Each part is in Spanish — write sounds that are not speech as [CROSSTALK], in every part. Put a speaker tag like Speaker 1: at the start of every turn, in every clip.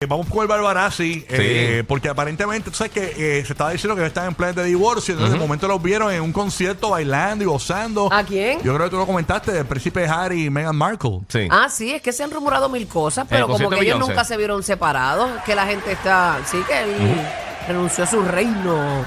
Speaker 1: Eh, Vamos con el Barbarazzi, eh, porque aparentemente, tú sabes que eh, se estaba diciendo que ellos están en plan de divorcio, entonces de momento los vieron en un concierto bailando y gozando.
Speaker 2: ¿A quién?
Speaker 1: Yo creo que tú lo comentaste, del príncipe Harry y Meghan Markle.
Speaker 3: Sí.
Speaker 2: Ah, sí, es que se han rumorado mil
Speaker 3: En
Speaker 2: cosas,
Speaker 3: el
Speaker 2: pero como
Speaker 3: concierto
Speaker 2: que
Speaker 3: de
Speaker 2: ellos
Speaker 3: Beyoncé.
Speaker 2: nunca se vieron separados, que la gente está. Sí, que él renunció a
Speaker 3: [LAUGHS]
Speaker 2: su reino.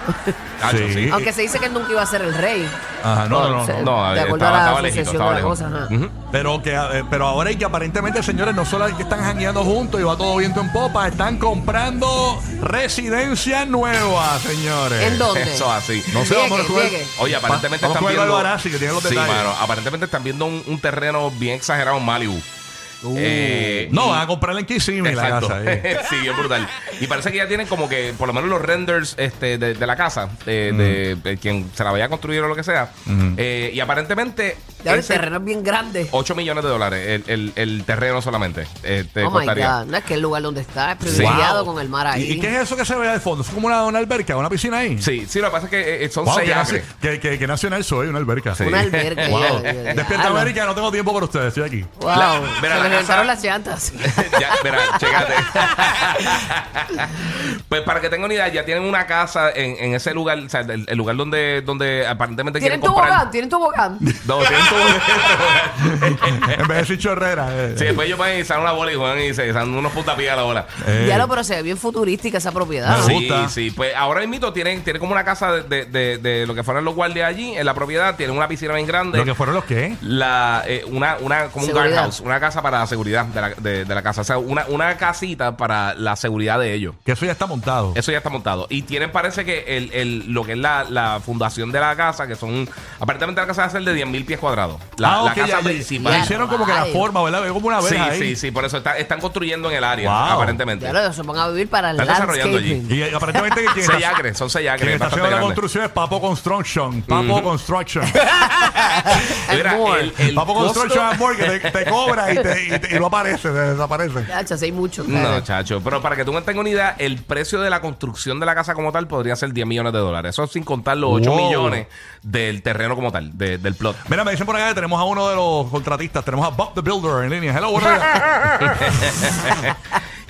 Speaker 3: Cacho,
Speaker 1: Sí.
Speaker 3: Ah, sí.
Speaker 2: Aunque se dice que él nunca iba a ser el rey.
Speaker 1: Ajá, no, no, no.
Speaker 2: Ah, Se-
Speaker 1: no.
Speaker 3: no,
Speaker 2: de acuerdo
Speaker 3: estaba-
Speaker 2: a la
Speaker 3: estaba lejito,
Speaker 2: sucesión
Speaker 3: estaba
Speaker 2: de las
Speaker 3: lejos.
Speaker 2: cosas. ajá.
Speaker 1: Pero, que, eh, pero ahora es que aparentemente, señores, no solo es que están jangueando juntos y va todo viento en popa, están comprando residencia nueva, señores.
Speaker 2: ¿En dónde?
Speaker 3: Eso así.
Speaker 1: No sé, vamos a
Speaker 2: Vieques,
Speaker 1: jugar.
Speaker 2: Vieques.
Speaker 3: Oye, aparentemente
Speaker 1: Vamos
Speaker 3: están
Speaker 1: con el
Speaker 3: viendo.
Speaker 1: Alvarazzi, que tiene los
Speaker 3: sí,
Speaker 1: detalles.
Speaker 3: mano, aparentemente están viendo un, un terreno bien exagerado en Malibu. Eh,
Speaker 1: Uh, No,
Speaker 3: y-
Speaker 1: van a comprarla en Kissimmee la [LAUGHS]
Speaker 3: Exacto.
Speaker 1: casa. eh.
Speaker 3: [LAUGHS] sí, bien brutal. Y parece que ya tienen como que, por lo menos los renders este, de, de la casa, eh, de, de quien se la vaya a construir o lo que sea. Eh, y aparentemente.
Speaker 2: Ya el
Speaker 3: ese-
Speaker 2: terreno es bien grande.
Speaker 3: 8 millones de dólares el, el- el terreno solamente. eh, te
Speaker 2: Oh, my
Speaker 3: costaría.
Speaker 2: God. No es que el lugar donde está es privilegiado
Speaker 1: Wow.
Speaker 2: con el mar ahí.
Speaker 1: ¿Y, y qué es eso que se ve al fondo? ¿Es como una, una alberca, una piscina ahí?
Speaker 3: Sí, sí, lo que pasa es que eh, son
Speaker 1: Wow,
Speaker 3: 6
Speaker 1: que, naci-
Speaker 3: acres.
Speaker 1: que, que- que nacional soy, una alberca.
Speaker 3: Sí. [LAUGHS]
Speaker 2: Una alberca.
Speaker 1: Wow.
Speaker 2: ya, ya, ya.
Speaker 1: Despierta
Speaker 2: Ala.
Speaker 1: América, no tengo tiempo para ustedes, estoy
Speaker 3: [LAUGHS]
Speaker 1: aquí.
Speaker 2: Wow.
Speaker 3: La-
Speaker 2: se
Speaker 3: mira, la
Speaker 2: le reventaron
Speaker 3: casa- [LAUGHS]
Speaker 2: las llantas.
Speaker 3: ya, mira, chécate. pues para que tengan una idea, ya tienen una casa en, en ese lugar, o sea, el, el lugar donde, donde aparentemente
Speaker 2: ¿Tienen
Speaker 3: quieren
Speaker 2: tobogán?
Speaker 3: comprar. [LAUGHS]
Speaker 2: ¿Tienen tobogán?
Speaker 3: No, tienen tobogán.
Speaker 1: en vez de decir chorrera. eh.
Speaker 3: sí, después ellos van y salen una bola y juegan y se dan unos putapiés a la bola.
Speaker 1: Eh,
Speaker 2: Ya lo, pero se ve bien futurística esa propiedad.
Speaker 1: Me
Speaker 3: sí,
Speaker 1: gusta.
Speaker 3: sí, pues ahora el mito tienen, tienen como una casa de, de- de- de lo que fueron los guardias allí, en la propiedad, tienen una piscina bien grande.
Speaker 1: ¿Lo que fueron los qué?
Speaker 3: la eh, una, una como un
Speaker 2: Seguridad.
Speaker 3: guard house, una casa para la seguridad de la, de, de la casa, o sea, una, una casita para la seguridad de ellos.
Speaker 1: Que eso ya está montado.
Speaker 3: Eso ya está montado. Y tienen, parece que el, el- lo que es la, la fundación de la casa, que son. Aparentemente la casa va a ser de 10.000 pies cuadrados. La,
Speaker 1: Ah,
Speaker 3: la
Speaker 1: ok,
Speaker 3: casa
Speaker 1: ya- ya-
Speaker 3: principal.
Speaker 1: ya hicieron como que la
Speaker 2: Ay.
Speaker 1: forma, ¿verdad? Veo como una
Speaker 3: Sí,
Speaker 1: verja ahí.
Speaker 3: sí, sí. Por eso está- están construyendo en el área,
Speaker 1: Wow.
Speaker 3: aparentemente. [LAUGHS]
Speaker 2: Ya lo, se van a vivir para el
Speaker 3: Están desarrollando allí.
Speaker 2: landscaping.
Speaker 1: Y eh, aparentemente que quien
Speaker 3: Seis
Speaker 1: está,
Speaker 3: acres, son seis acres.
Speaker 1: quien está
Speaker 3: bastante
Speaker 1: haciendo la
Speaker 3: grande.
Speaker 1: construcción es Papo
Speaker 3: Mm.
Speaker 1: Construction. Papo Construction.
Speaker 2: And
Speaker 3: Mira,
Speaker 2: more.
Speaker 3: el- [LAUGHS] el
Speaker 1: Papo
Speaker 3: costo-
Speaker 1: Construction and More, que te, te cobra y, te, y te- y no aparece, te desaparece.
Speaker 2: Chacha, sí hay mucho.
Speaker 3: No,
Speaker 2: cara.
Speaker 3: chacho. Pero para que tú me tengas una idea, el precio de la construcción de la casa como tal podría ser 10 millones de dólares. Eso sin contar los 8
Speaker 1: Wow.
Speaker 3: millones del terreno como tal, de- del plot.
Speaker 1: Mira, me dicen por acá que tenemos a uno de los contratistas, tenemos a Bob the Builder en línea. Hello, buenos
Speaker 2: [LAUGHS]
Speaker 1: días.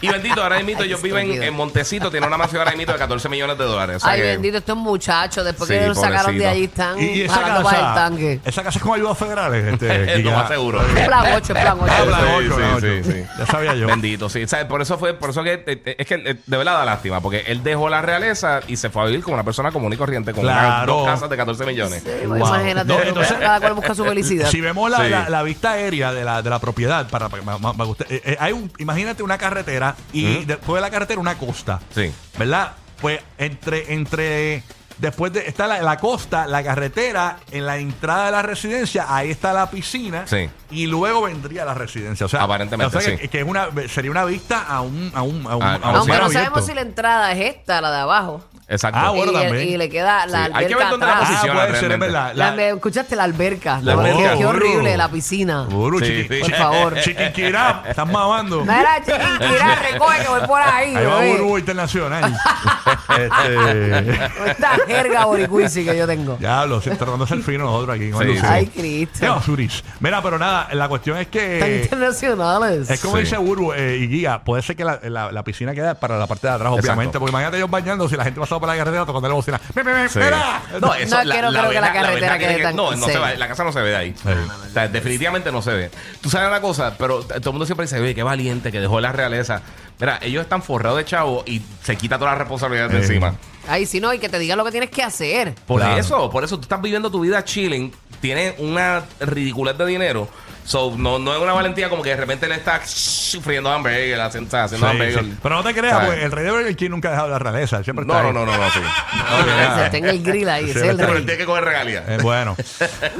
Speaker 3: Y bendito, ahora mismo
Speaker 2: Ay,
Speaker 3: ellos
Speaker 2: qué
Speaker 3: viven en,
Speaker 2: estúpido.
Speaker 3: en Montecito, tiene una mansión ahora mismo de 14 millones de dólares. O sea
Speaker 2: Ay,
Speaker 3: que-
Speaker 2: bendito, estos muchachos, después
Speaker 3: Sí,
Speaker 2: que los sacaron de
Speaker 3: pobrecito.
Speaker 2: ahí, están
Speaker 1: Y, y esa
Speaker 2: jalando para el
Speaker 1: casa,
Speaker 2: tanque.
Speaker 1: esa casa es con ayudas federales.
Speaker 3: [LAUGHS]
Speaker 1: Este,
Speaker 3: Lo
Speaker 1: Giga.
Speaker 3: más seguro.
Speaker 1: [LAUGHS]
Speaker 2: En
Speaker 3: Eh,
Speaker 2: plan 8, en plan 8.
Speaker 1: Ah, plan
Speaker 3: Sí,
Speaker 1: ocho,
Speaker 3: sí,
Speaker 1: plan ocho.
Speaker 3: sí, sí.
Speaker 1: Ya sabía yo.
Speaker 3: Bendito, sí. ¿Sabes? Por eso fue, por eso que eh, eh, es que eh, de verdad da lástima, porque él dejó la realeza y se fue a vivir como una persona común y corriente, con unas
Speaker 1: Claro.
Speaker 3: dos casas de 14 millones.
Speaker 2: Bueno,
Speaker 1: Wow.
Speaker 2: pues, Imagínate,
Speaker 1: No, entonces- eh,
Speaker 2: cada cual busca su felicidad.
Speaker 1: Si vemos la,
Speaker 3: Sí.
Speaker 1: la- la vista aérea de la, de la propiedad, para, para- ma- ma- ma- usted- eh, eh, hay un, imagínate una carretera y después de la carretera una costa.
Speaker 3: Sí.
Speaker 1: ¿Verdad? Pues entre, entre después de está la, la costa, la carretera, en la entrada de la residencia, ahí está la piscina
Speaker 3: Sí.
Speaker 1: y luego vendría la residencia. O sea,
Speaker 3: Aparentemente,
Speaker 1: o sea, que,
Speaker 3: sí.
Speaker 1: que es una, sería una vista a un a un a un,
Speaker 3: Ah,
Speaker 1: a un
Speaker 2: Aunque
Speaker 1: mar
Speaker 2: no
Speaker 1: abierto.
Speaker 2: sabemos si la entrada es esta, la de abajo.
Speaker 3: Exacto.
Speaker 1: Ah, bueno,
Speaker 2: y, el-
Speaker 1: también.
Speaker 2: y le queda la
Speaker 3: Sí,
Speaker 2: alberca
Speaker 3: hay que ver dónde la
Speaker 2: atrás.
Speaker 1: Ah,
Speaker 3: posiciona
Speaker 1: puede ser, es
Speaker 3: realmente.
Speaker 1: verdad.
Speaker 2: La-
Speaker 1: La-
Speaker 2: me- ¿Escuchaste la alberca?
Speaker 3: La
Speaker 2: Madre,
Speaker 3: alberca.
Speaker 2: qué- Qué
Speaker 1: Burro.
Speaker 2: horrible la piscina.
Speaker 1: Buru,
Speaker 3: Sí,
Speaker 1: chiqui-
Speaker 3: sí.
Speaker 2: Por favor.
Speaker 1: Chiquinquirá, estás mamando.
Speaker 2: [LAUGHS] Mira, chiquinquirá, recoge que voy por ahí.
Speaker 1: Ahí va
Speaker 2: bebé.
Speaker 1: Burbu
Speaker 2: [LAUGHS]
Speaker 1: Internacional. este,
Speaker 2: Con Esta jerga boricuisi que yo tengo.
Speaker 1: diablo, se está tratando de ser fino nosotros aquí. con el
Speaker 3: Sí, sí.
Speaker 1: Lucero.
Speaker 2: Ay,
Speaker 1: Qué
Speaker 2: Cristo.
Speaker 1: basuris. Mira, pero nada, la cuestión es
Speaker 2: Tan
Speaker 1: que.
Speaker 2: internacionales.
Speaker 1: eh, Es como
Speaker 3: Sí.
Speaker 1: dice Burbu eh, y Guía, puede ser que la, la- la piscina queda para la parte de atrás,
Speaker 3: Exacto.
Speaker 1: obviamente, porque imagínate ellos bañándose y la gente pasaba por la carretera tocando la bocina. ¡Me, me, me,
Speaker 3: Sí.
Speaker 1: mira!
Speaker 3: No, eso,
Speaker 2: No, quiero- creo que la
Speaker 3: verja
Speaker 2: carretera
Speaker 3: tiene
Speaker 2: quede tan
Speaker 3: No, no se
Speaker 2: seca.
Speaker 3: ve, la casa no se ve de ahí.
Speaker 1: Sí.
Speaker 3: O sea, definitivamente no se ve. Tú sabes una cosa, pero t- todo el mundo siempre dice, oye, qué valiente que dejó la realeza. Mira, ellos están forrados de chavo y se quita toda la responsabilidad de
Speaker 1: Eh.
Speaker 3: encima.
Speaker 2: Ay, si no, y que te digan lo que tienes que hacer.
Speaker 3: Por
Speaker 1: Claro.
Speaker 3: eso, por eso tú estás viviendo tu vida chilling, tienes una ridiculez de dinero. So, no, no es una valentía como que de repente le está friendo hamburger, haciendo, haciendo
Speaker 1: Sí,
Speaker 3: hamburger.
Speaker 1: sí. Pero no te creas,
Speaker 3: ¿Sabes?
Speaker 1: porque el rey de Burger King nunca ha dejado la realeza. Siempre
Speaker 3: No,
Speaker 1: está
Speaker 3: no,
Speaker 1: ahí. Ah,
Speaker 3: no, no, no, sí.
Speaker 2: Que se tenga el grill ahí,
Speaker 1: Sí,
Speaker 2: ese es el
Speaker 1: está
Speaker 3: Pero [LAUGHS]
Speaker 2: rey.
Speaker 3: él tiene que coger regalías.
Speaker 1: Eh, bueno.